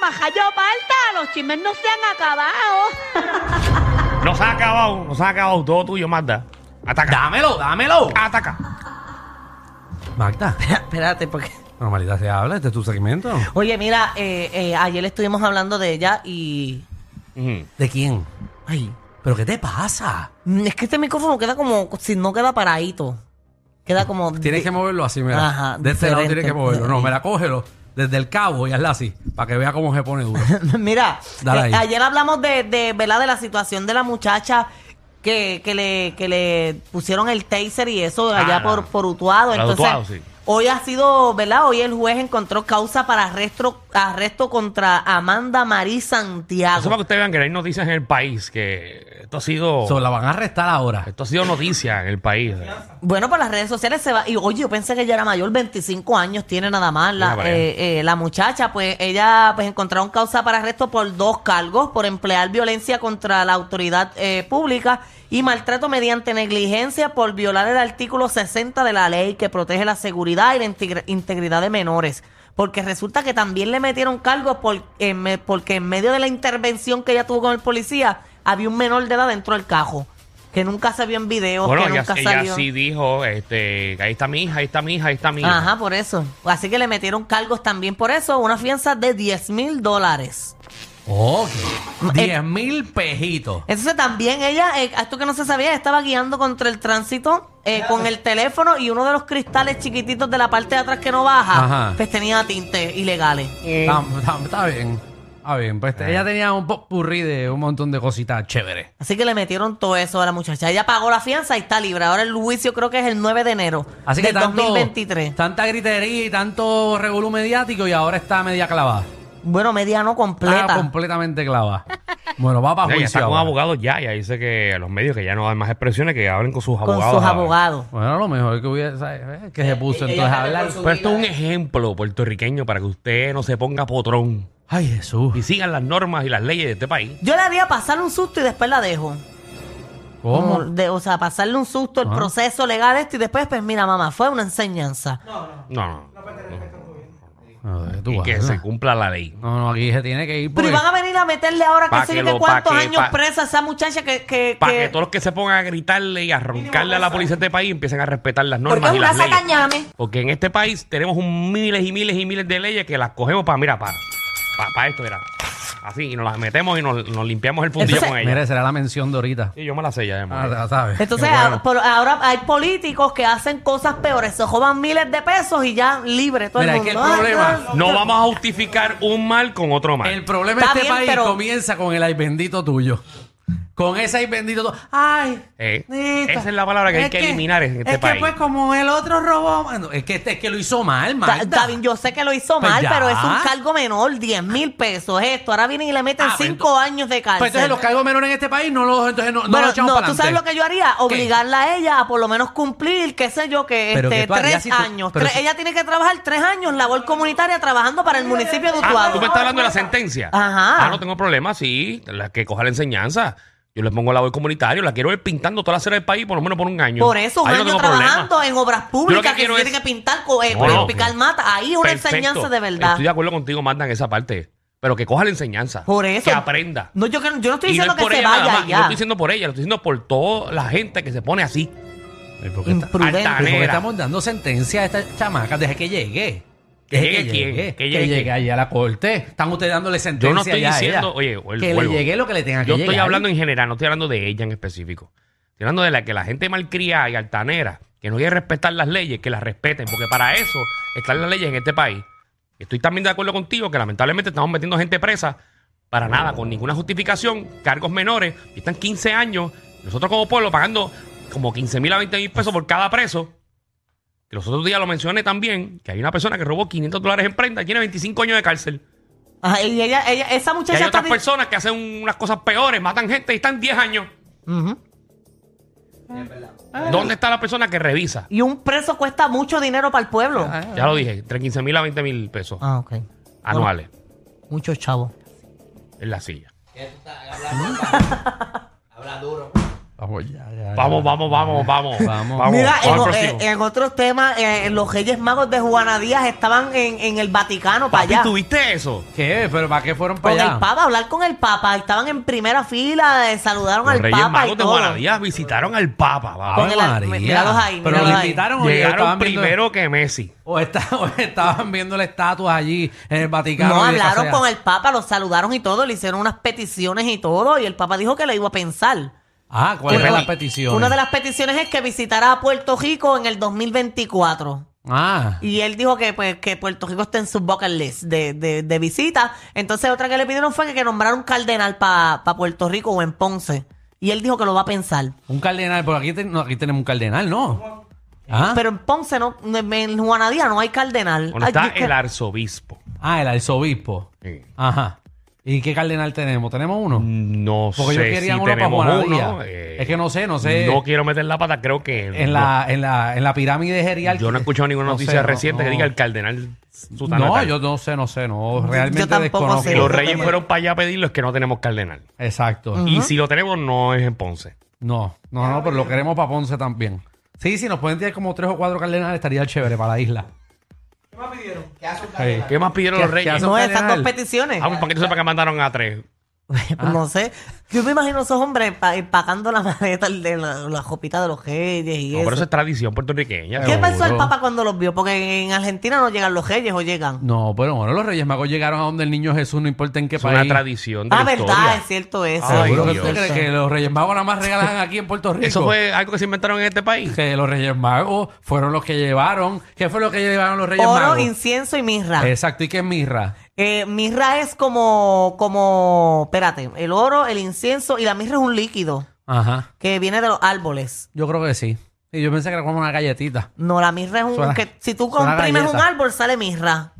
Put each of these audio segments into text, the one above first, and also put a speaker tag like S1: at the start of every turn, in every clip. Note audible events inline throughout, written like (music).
S1: majayo falta, los chismes no se han acabado.
S2: No se ha acabado, no se ha acabado. Todo tuyo, Magda. Ataca.
S3: Dámelo, dámelo.
S2: Ataca.
S3: Magda.
S4: Espérate, porque. (laughs)
S3: Normalidad se habla, este es tu segmento.
S4: Oye, mira, eh, eh, ayer estuvimos hablando de ella y.
S2: Ujú.
S3: ¿De quién?
S4: Ay,
S3: ¿Pero qué te pasa?
S4: mm, es que este micrófono queda como. Si no queda paradito.
S2: (laughs)
S4: Queda como.
S3: Tienes
S4: de-
S3: que moverlo así, mira.
S4: Ajá,
S3: de este lado
S4: diferente.
S3: tienes que moverlo. No, mira, cógelo desde el cabo y hazla así, para que vea cómo se pone (laughs) duro.
S4: (laughs) Mira,
S3: Dale
S4: eh,
S3: ahí.
S4: ayer hablamos de, de, ¿verdad? de la situación de la muchacha que, que, le, que le pusieron el taser y eso allá
S2: Ah,
S4: por, por Utuado.
S2: la de
S4: Entonces,
S2: Utuado, sí.
S4: hoy ha sido, ¿verdad? Hoy el juez encontró causa para arresto, arresto contra Amanda Marí
S2: Eso es para
S4: Santiago.
S2: que ustedes vean que hay noticias en el país, que esto ha sido,
S3: So, la van a arrestar ahora.
S2: esto ha sido noticia en el país.
S4: Bueno, por las redes sociales se va. Y oye, yo pensé que ella era mayor, 25 años tiene nada más la,
S2: Mira para allá.
S4: eh, eh, la muchacha. Pues ella pues encontraron causa para arresto por dos cargos: por emplear violencia contra la autoridad eh, pública y maltrato mediante negligencia por violar el artículo 60 de la ley que protege la seguridad y la integra- integridad de menores. Porque resulta que también le metieron cargos por, en me- porque en medio de la intervención que ella tuvo con el policía había un menor de edad dentro del cajo. Que nunca se vio en video,
S2: Bueno,
S4: que
S2: ella,
S4: nunca
S2: ella
S4: salió.
S2: sí dijo, este, ahí está mi hija, ahí está mi hija, ahí está mi hija.
S4: Ajá, por eso. Así que le metieron cargos también por eso, una fianza de 10 mil dólares.
S3: Ok.
S4: Eh,
S3: 10 mil pejitos.
S4: Entonces también ella, eh, esto que no se sabía, estaba guiando contra el tránsito eh, con el teléfono y uno de los cristales chiquititos de la parte de atrás que no baja,
S3: Ajá.
S4: pues tenía tintes ilegales.
S3: Está, está- está bien. Está bien. Pues ella tenía un popurrí de un montón de cositas chéveres.
S4: Así que le metieron todo eso a la muchacha. Ella pagó la fianza y está libre. Ahora el juicio creo que es el 9 de enero
S3: Así que
S4: del
S3: tanto,
S4: 2023.
S3: tanta gritería y tanto revolú mediático y ahora está media clavada.
S4: Bueno, media no
S3: Está
S4: completa.
S3: completamente clavada. (laughs) Bueno, va para
S2: Ella
S3: juicio
S2: está con
S3: ahora.
S2: abogados ya, ya dice que a los medios que ya no dan más expresiones, que hablen con sus
S4: con
S2: abogados.
S4: sus
S2: ahora.
S4: abogados.
S3: Bueno, lo mejor que hubiese, ¿sabes? Eh, que se puso entonces a hablar.
S2: Pero esto es un ejemplo puertorriqueño para que usted no se ponga potrón
S3: Ay,
S2: y
S3: Jesús.
S2: sigan las normas y las leyes de este país.
S4: Yo le haría pasar un susto y después la dejo. Como
S3: ¿Cómo?
S4: de- o sea, pasarle un susto el
S3: Ah.
S4: proceso legal este y después, pues mira, mamá, fue una enseñanza.
S2: No, no.
S3: A ver, tú
S2: y
S3: vas,
S2: que
S3: ¿no?
S2: se cumpla la ley.
S3: No, no, aquí se tiene que ir porque...
S4: Pero y van a venir a meterle ahora
S2: Pa'
S4: que sé
S2: que
S4: yo
S2: lo-
S4: que
S2: pa'
S4: cuántos
S2: que-
S4: años
S2: pa-
S4: presa esa muchacha que... que,
S2: Para
S4: que-
S2: que todos los que se pongan a gritarle y a roncarle a la policía de este país empiecen a respetar las normas y las leyes. Porque en este país tenemos un miles y miles y miles de leyes que las cogemos para, mira, para, para, esto, mira. Así, y nos las metemos y nos, nos limpiamos el fundillo
S4: Entonces-
S2: con ellas.
S3: Mira, será la mención de ahorita.
S2: Y yo me la sé ya,
S3: Ah,
S2: hermano.
S3: ya sabes.
S4: Entonces ah,
S3: Qué bueno.
S4: a- por- ahora hay políticos que hacen cosas peores, se jodan miles de pesos y ya libre todo
S3: Mira,
S4: el
S3: es que
S4: mundo.
S3: el
S4: Ah,
S3: problema-
S4: ah.
S2: no vamos a justificar un mal con otro mal.
S3: El problema de
S4: pues, Está
S3: este
S4: bien,
S3: país
S4: pero-
S3: comienza con el ay bendito tuyo. Con ese ay bendito tuyo. Ay.
S2: Eh,
S3: Nita,
S2: esa es la palabra que hay que eliminar en este
S3: es
S2: país.
S3: que pues como el otro robó... Bueno, es, que, este- es que lo hizo mal,
S4: Ta-
S3: Magda.
S4: está bien, yo sé que lo hizo
S3: Pues
S4: mal,
S3: ya.
S4: pero es un cargo menor, 10 mil pesos esto. Ahora vienen y le meten
S3: Ah, pues
S4: 5 años de cárcel.
S3: Pues entonces los cargos menores en este país no los, entonces no, no
S4: Bueno,
S3: los echamos para
S4: ¿tú sabes lo que yo haría? Obligarla a ella a por lo menos cumplir, qué sé yo, que
S3: Pero que
S4: este,
S3: tú harías
S4: tres
S3: si tú-
S4: años.
S3: pero
S4: Tres-
S3: si-
S4: Ella tiene que trabajar tres años labor comunitaria trabajando para el municipio de
S2: Ah,
S4: Utuado.
S2: tú me estás hablando de la sentencia.
S4: Ajá.
S2: Ah, no tengo problema, sí. La que coja la enseñanza. Yo le pongo la voz comunitario, la quiero ir pintando toda la acera del país por lo menos por un año.
S4: Por eso, un
S2: Ahí no
S4: año
S2: tengo problema.
S4: trabajando en obras
S2: Yo lo que
S4: públicas que,
S2: quiero
S4: se
S2: es-
S4: tienen que pintar, co- eh,
S2: No, no.
S4: picar mata. Ahí es una
S2: Perfecto.
S4: enseñanza de verdad.
S2: Estoy de acuerdo contigo, Magda, en esa parte. Pero que coja la enseñanza.
S4: Por eso.
S2: Que aprenda.
S4: No, yo, que- yo no estoy
S2: y no
S4: diciendo
S2: es por
S4: que se
S2: ella nada
S4: vaya
S2: más. y No
S4: ya.
S2: estoy diciendo por ella, lo estoy diciendo por toda la gente que se pone así.
S3: porque, está-
S2: Alta-
S4: Imprudente.
S3: porque
S2: Nera.
S3: estamos dando sentencia a esta chamaca desde que llegué.
S2: ¿Que
S3: Deje
S2: llegue quién?
S3: llegue,
S2: ¿Que
S3: Que
S2: llegue
S3: llegue
S2: quién?
S3: allá a la corte. Están ustedes dándole sentencia
S2: Yo no estoy
S3: ya a ella.
S2: diciendo, oye, vuelvo,
S3: que
S2: vuelvo.
S3: le llegue lo que le tenga que
S2: Yo
S3: llegar.
S2: estoy hablando en general, no estoy hablando de ella en específico. Estoy hablando de la que la gente malcriada y altanera, que no quiere respetar las leyes, que las respeten, porque para eso están las leyes en este país. Estoy también de acuerdo contigo que lamentablemente estamos metiendo gente presa para nada, con ninguna justificación, cargos menores, y están 15 años, nosotros como pueblo pagando como 15 mil a 20 mil pesos por cada preso. Que los otros días lo mencioné también, que hay una persona que robó 500 dólares en prenda y tiene 25 años de cárcel.
S4: Ajá, y ella, ella, esa
S2: Y
S4: muchacha
S2: hay
S4: está.
S2: otras
S4: di-
S2: personas que hacen unas cosas peores, matan gente y están 10 años.
S4: Ujú. Ah.
S2: ¿Dónde está la persona que revisa?
S4: Y un preso cuesta mucho dinero para el pueblo.
S2: Ya eh. lo dije, entre 15 mil a 20 mil pesos
S4: Ah, ok.
S2: anuales
S4: Mucho chavo.
S2: en la silla.
S3: Vamos, ya, ya, ya.
S2: Vamos, vamos, vamos, vamos.
S3: Vamos.
S4: Mira, eh,
S2: vamos al
S4: en,
S2: próximo.
S4: en- en otros temas, eh, los Reyes Magos de Juana Díaz estaban en, en el Vaticano para
S2: Papi,
S4: allá.
S2: ¿tuviste eso?
S3: ¿Qué? ¿Pero para qué fueron
S4: Con
S3: para allá?
S4: el Papa, hablar con el Papa. Estaban en primera fila, eh, saludaron
S2: Los
S4: al
S2: Reyes
S4: Papa
S2: Magos
S4: y
S2: de
S4: todo.
S2: Juanadías visitaron al Papa. va.
S4: Con el-
S3: Ave María.
S4: míralos ahí,
S3: Pero
S4: míralos
S3: los
S4: ahí.
S3: invitaron o
S2: Llegaron
S3: estaban viendo-
S2: primero que Messi.
S3: O, esta- (laughs) o estaban viendo las estatuas allí en el Vaticano. y
S4: No,
S3: de
S4: hablaron
S3: casualidad.
S4: con el Papa, los saludaron y todo, le hicieron unas peticiones y todo, y el Papa dijo que le iba a pensar.
S3: Ah, ¿cuáles
S2: Una
S3: eran
S2: de
S3: las peticiones?
S4: Una de las peticiones es que visitara a Puerto Rico en el 2024.
S3: Ah,
S4: Y él dijo que, pues, que Puerto Rico está en su bucket list de, de, de visita. Entonces otra que le pidieron fue que, que nombrara un cardenal para Puerto Rico o en Ponce. Y él dijo que lo va a pensar.
S3: un cardenal. Por aquí, ten- no, aquí tenemos un cardenal, ¿no? Ah,
S4: Pero en Ponce, no, en en Juanadía no hay cardenal.
S2: Bueno,
S4: Ay,
S2: está
S4: es que-
S2: el arzobispo. Eh,
S3: ah, el arzobispo.
S2: Sí.
S3: Ajá. ¿Y qué cardenal tenemos? ¿Tenemos uno?
S2: No
S3: Porque yo
S2: sé si
S3: quería uno para
S2: tenemos
S3: Juanadía.
S2: uno. eh,
S3: es que no sé, no sé.
S2: No quiero meter la pata, creo que.
S3: en, la, en, la, en la pirámide jerárquica.
S2: Yo no he escuchado ninguna
S3: No
S2: noticia
S3: sé, no,
S2: reciente que
S3: no.
S2: diga el cardenal Sutana.
S3: No,
S2: tal.
S3: yo no sé, no sé, no. Realmente
S4: tampoco
S3: desconozco.
S4: sé.
S2: Si los reyes fueron para allá a pedirlo, es que no tenemos cardenal.
S3: Exacto.
S4: Mm.
S2: Y si lo tenemos, no es en Ponce.
S3: No, no, no, pero lo queremos para Ponce también. Sí, si nos pueden tirar como tres o cuatro cardenales, estaría chévere para la isla. ¿Qué más pidieron?
S2: ¿Qué más pidieron
S3: ¿Qué-
S2: los reyes? Ah,
S3: qué
S4: (laughs) No, esas dos
S3: cardenal.
S4: peticiones. (laughs) Pues,
S2: pues, ah. ¿para qué tú sepas que mandaron a tres?
S4: No sé. Yo me imagino esos hombres pa- empacando la (laughs) maleta de la, la jopita de los reyes y
S2: No,
S4: eso.
S2: pero eso es tradición puertorriqueña.
S4: ¿Qué
S3: Seguro.
S4: pensó el Papa cuando los vio? Porque en Argentina no llegan los reyes o llegan.
S3: No, pero bueno, los Reyes Magos llegaron a donde el niño Jesús, no importa en qué
S2: Es
S3: país.
S2: una tradición de
S4: Ah,
S2: la
S4: verdad,
S2: historia.
S4: es cierto eso.
S3: Ah,
S2: Ay,
S3: ¿seguro que
S2: Dios.
S3: usted cree que los Reyes Magos nada más regalan aquí en Puerto Rico.
S2: Eso fue algo que se inventaron en este país.
S3: Que los Reyes Magos fueron los que llevaron. ¿Qué fue lo que llevaron los Reyes
S4: Oro,
S3: Magos?
S4: incienso y mirra.
S2: Eh,
S3: Exacto, ¿y qué es mirra?
S4: Eh, mirra es como, como, espérate, el oro, el incienso y la mirra es un líquido
S3: Ajá,
S4: que viene de los árboles.
S3: yo creo que sí. Y yo pensé que era como una galletita.
S4: No, la mirra es un...
S3: Suena-
S4: que si tú
S3: suena
S4: comprimes un
S3: galleta.
S4: árbol sale mirra.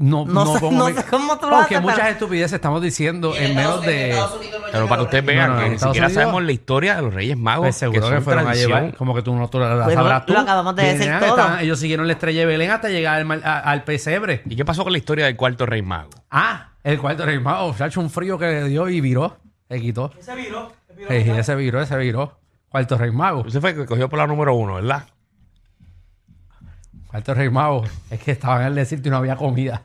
S3: No,
S4: No
S3: no,
S4: sé-
S3: pongo
S4: no
S3: mi-
S4: sé cómo tú lo
S3: Porque
S4: haces,
S3: muchas
S4: pero-
S3: estupideces estamos diciendo en menos de... Pues
S2: Pero para que ustedes vean
S3: No, no,
S2: que
S3: en
S2: ni
S3: Estados
S2: siquiera
S3: Unidos-
S2: sabemos la historia de los Reyes Magos.
S3: Pues seguro
S2: son
S3: que, fueron
S2: tradición.
S3: a llevar, como que tú no tú la, la
S4: Pues
S3: sabrás tú.
S4: lo acabamos de decir
S3: Venían,
S4: todo.
S3: estaban- ellos siguieron la estrella de Belén hasta llegar al, mar- a- al pesebre.
S2: ¿Y qué pasó con la historia del cuarto Rey Mago?
S3: Ah, el cuarto rey mago, se ha hecho un frío que le dio y viró, se quitó. Ese viró, ese viró. ese viró, ese viró. Cuarto rey mago,
S2: Usted fue el que cogió por la número uno, ¿verdad?
S3: cuarto rey mago. Es que estaban en el desierto y no había comida.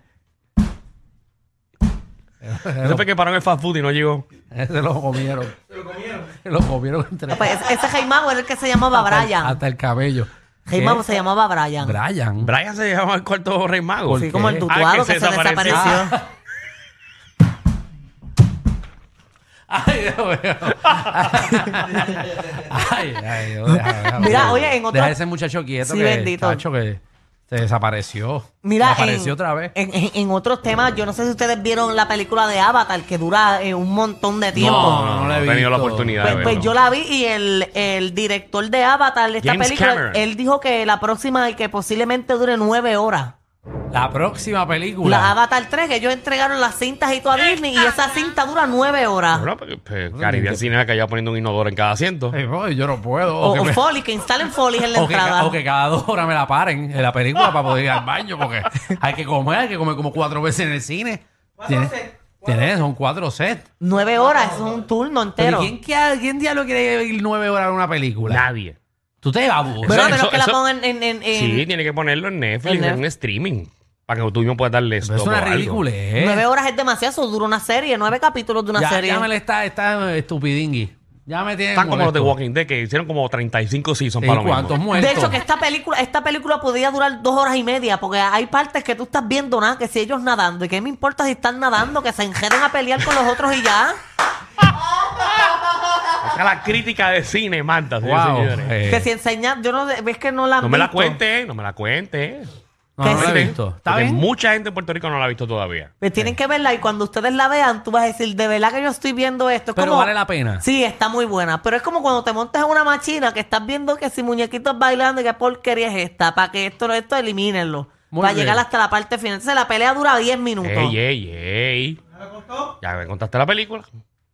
S3: (laughs)
S2: Usted fue el que paró en el fast food y no llegó.
S3: Se lo comieron. Se lo comieron. Se lo comieron entre
S4: Ah, pues, ese Jaimago era el que se llamaba
S3: hasta, el-
S4: Brian.
S3: hasta el cabello.
S4: Jaimago
S3: Ah, ¿Qué?
S4: se llamaba Brian.
S3: Brian.
S2: Brian se llamaba el cuarto Rey Mago.
S4: Sí, como el
S2: Ah,
S4: tutuado que, se desapareció.
S3: Ah, Ay, Dios mío. ay, ay, Dios, deja, deja,
S4: Mira,
S3: deja.
S4: oye, en otro-
S3: Deja ese muchacho quieto
S4: Sí,
S3: que,
S4: bendito.
S3: chacho, que se desapareció.
S4: Mira,
S3: Desapareció
S4: en,
S3: otra vez.
S4: En, en- en otros temas, yo no sé si ustedes vieron la película de Avatar que dura eh, un montón de tiempo.
S3: No, no la he
S2: he tenido la
S3: visto.
S2: oportunidad
S4: Pues,
S2: de
S4: pues
S2: verlo.
S4: yo la vi y el, el director de Avatar de esta
S2: James
S4: película,
S2: Cameron.
S4: él dijo que la próxima y que posiblemente dure nueve horas.
S3: La próxima película.
S4: La Avatar 3, que ellos entregaron las cintas y todo a Disney y esa cinta dura nueve horas.
S2: Bueno, pues, pues, Caribbean Cine era que iba poniendo un inodoro en cada asiento.
S3: Ay, no, yo no puedo.
S4: O,
S3: que
S4: o
S3: me-
S4: Foley, que instalen Foley en la
S3: o que ca-
S4: entrada.
S3: o que cada dos horas me la paren en la película para poder ir al baño, porque hay que comer, hay que comer como cuatro veces en el cine. Tienes, tienes- son cuatro sets.
S4: Nueve horas, eso es un turno
S3: Pero
S4: entero.
S3: ¿quién, qué- ¿Quién diablo quiere ir nueve horas a una película?
S2: Nadie.
S3: Tú te babos.
S4: Pero a
S2: Eso-
S4: menos
S2: eso-
S4: que la
S2: eso-
S4: pongan en... en- en-
S2: Sí, tiene que ponerlo en Netflix,
S4: Eh, En
S2: en,
S4: Net-
S2: un streaming. Para que tú mismo puedas darle
S3: Pero
S2: esto.
S3: Es una ridiculez.
S4: Nueve horas es demasiado, eso dura una serie, nueve capítulos de una
S3: ya,
S4: serie.
S3: Llámale esta, esta estupidingui. Ya me tienen
S2: Están como los de
S3: molesto.
S2: Walking Dead que hicieron como 35 seasons
S3: ¿Y
S2: para lo
S3: cuántos
S2: mismo.
S3: muertos?
S4: De hecho, que esta película, esta película podía durar dos horas y media, porque hay partes que tú estás viendo nada, que si ellos nadando, y que me importa si están nadando, que se enjeden a pelear con los otros y ya.
S2: Acá la crítica de cine, Marta, señores
S3: Wow.
S2: y señores.
S3: eh,
S4: Que si enseñan, yo no, ves que no la han
S2: No me la
S4: visto.
S2: cuente, no me la cuente.
S3: no, no
S4: que
S3: lo he
S4: sí.
S3: visto. ¿Está
S2: Porque
S3: bien?
S2: mucha gente en Puerto Rico no la ha visto todavía.
S4: Pues tienen que verla y cuando ustedes la vean, tú vas a decir, de verdad que yo estoy viendo esto. Es
S3: Pero
S4: como-
S3: vale la pena.
S4: Sí, está muy buena. Pero es como cuando te montas en una machina que estás viendo que si muñequitos bailando y qué porquería es esta. Para que esto, esto elimínenlo.
S3: Muy
S4: para
S3: bien.
S4: llegar hasta la parte final. Entonces la pelea dura 10 minutos.
S2: Ey, ey, ey. ¿Ya me contaste la película?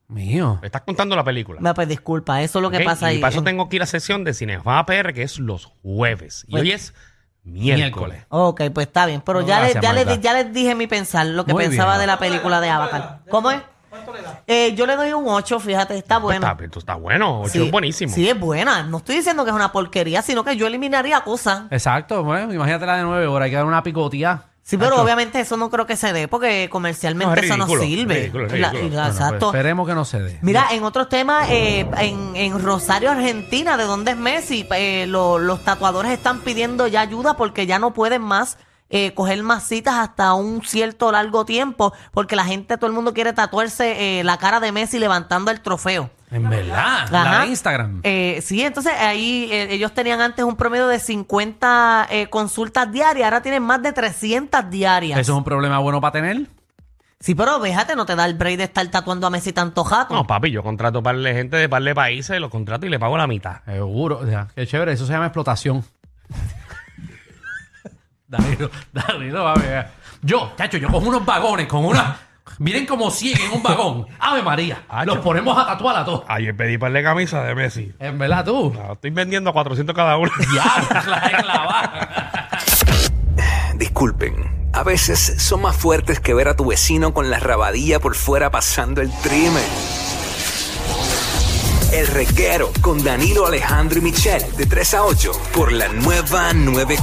S3: Mío.
S2: Me estás contando la película.
S4: Me pues disculpa, eso es lo que
S2: ¿Ok?
S4: pasa
S2: y
S4: ahí.
S2: para eso tengo que ir a sesión de Cinefama PR, que es los jueves. Y
S4: Pues-
S2: hoy es
S3: Miércoles.
S2: miércoles.
S4: Ok, pues está bien. Pero
S3: No,
S4: ya, le-
S3: gracias,
S4: ya, le,
S3: Marta.
S4: ya les dije mi pensar, lo que
S3: Muy
S4: pensaba
S3: bien.
S4: de la película de Avatar. ¿Cómo es? Eh, yo le doy un 8, fíjate, está Ah, bueno.
S2: Pues Está, esto está bueno, ocho
S4: Sí,
S2: es buenísimo.
S4: Sí, es buena. No estoy diciendo que es una porquería, sino que yo eliminaría cosas.
S3: Exacto, bueno, imagínate la de nueve horas, hay que dar una picotía.
S4: Sí, pero
S3: Hacho,
S4: obviamente eso no creo que se dé porque comercialmente
S2: No, es
S4: eso no
S2: ridículo,
S4: sirve.
S2: ridículo,
S4: La- y la-
S2: ridículo. pues No, no,
S4: exacto.
S3: Esperemos que no se dé.
S4: Mira, en otros temas, eh, en, en Rosario, Argentina, de donde es Messi, eh, lo- los tatuadores están pidiendo ya ayuda porque ya no pueden más eh, coger más citas hasta un cierto largo tiempo porque la gente, todo el mundo quiere tatuarse eh, la cara de Messi levantando el trofeo.
S3: En verdad, Ah, la
S4: Ajá.
S3: de Instagram.
S4: Eh, sí, entonces ahí eh, ellos tenían antes un promedio de 50 eh, consultas diarias, ahora tienen más de 300 diarias.
S3: Eso es un problema bueno para tener.
S4: Sí, pero fíjate, no te da el break de estar tatuando a Messi tanto jato.
S2: No, papi, yo contrato par de gente de par de países, los contrato y le pago la mitad.
S3: Seguro, o sea, qué chévere, eso se llama explotación. (laughs) Danilo, Danilo, va a ver. Yo, chacho, yo cojo unos vagones con una. Miren como 100 en un vagón. Ave María.
S2: Ah,
S3: los
S2: yo-
S3: ponemos a tatuar a todos.
S2: Ayer pedí par de camisas de Messi.
S3: En verdad, tú.
S2: No, estoy vendiendo a 400 cada una.
S3: Ya, (laughs) la he clavado.
S5: Disculpen, a veces son más fuertes que ver a tu vecino con la rabadilla por fuera pasando el trimmer. El reguero con Danilo Alejandro y Michel de 3 a 8 por la nueva 9.